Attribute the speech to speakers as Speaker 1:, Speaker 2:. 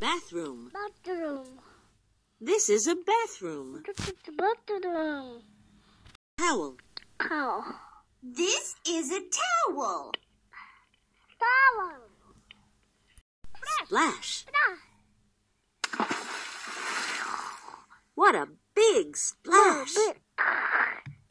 Speaker 1: Bathroom.
Speaker 2: Bathroom.
Speaker 1: This is a bathroom.
Speaker 2: Bathroom.
Speaker 1: Towel.
Speaker 2: Towel.
Speaker 3: This is a towel.
Speaker 2: Towel.
Speaker 1: Splash.
Speaker 2: Splash.
Speaker 1: What a big splash.
Speaker 2: Big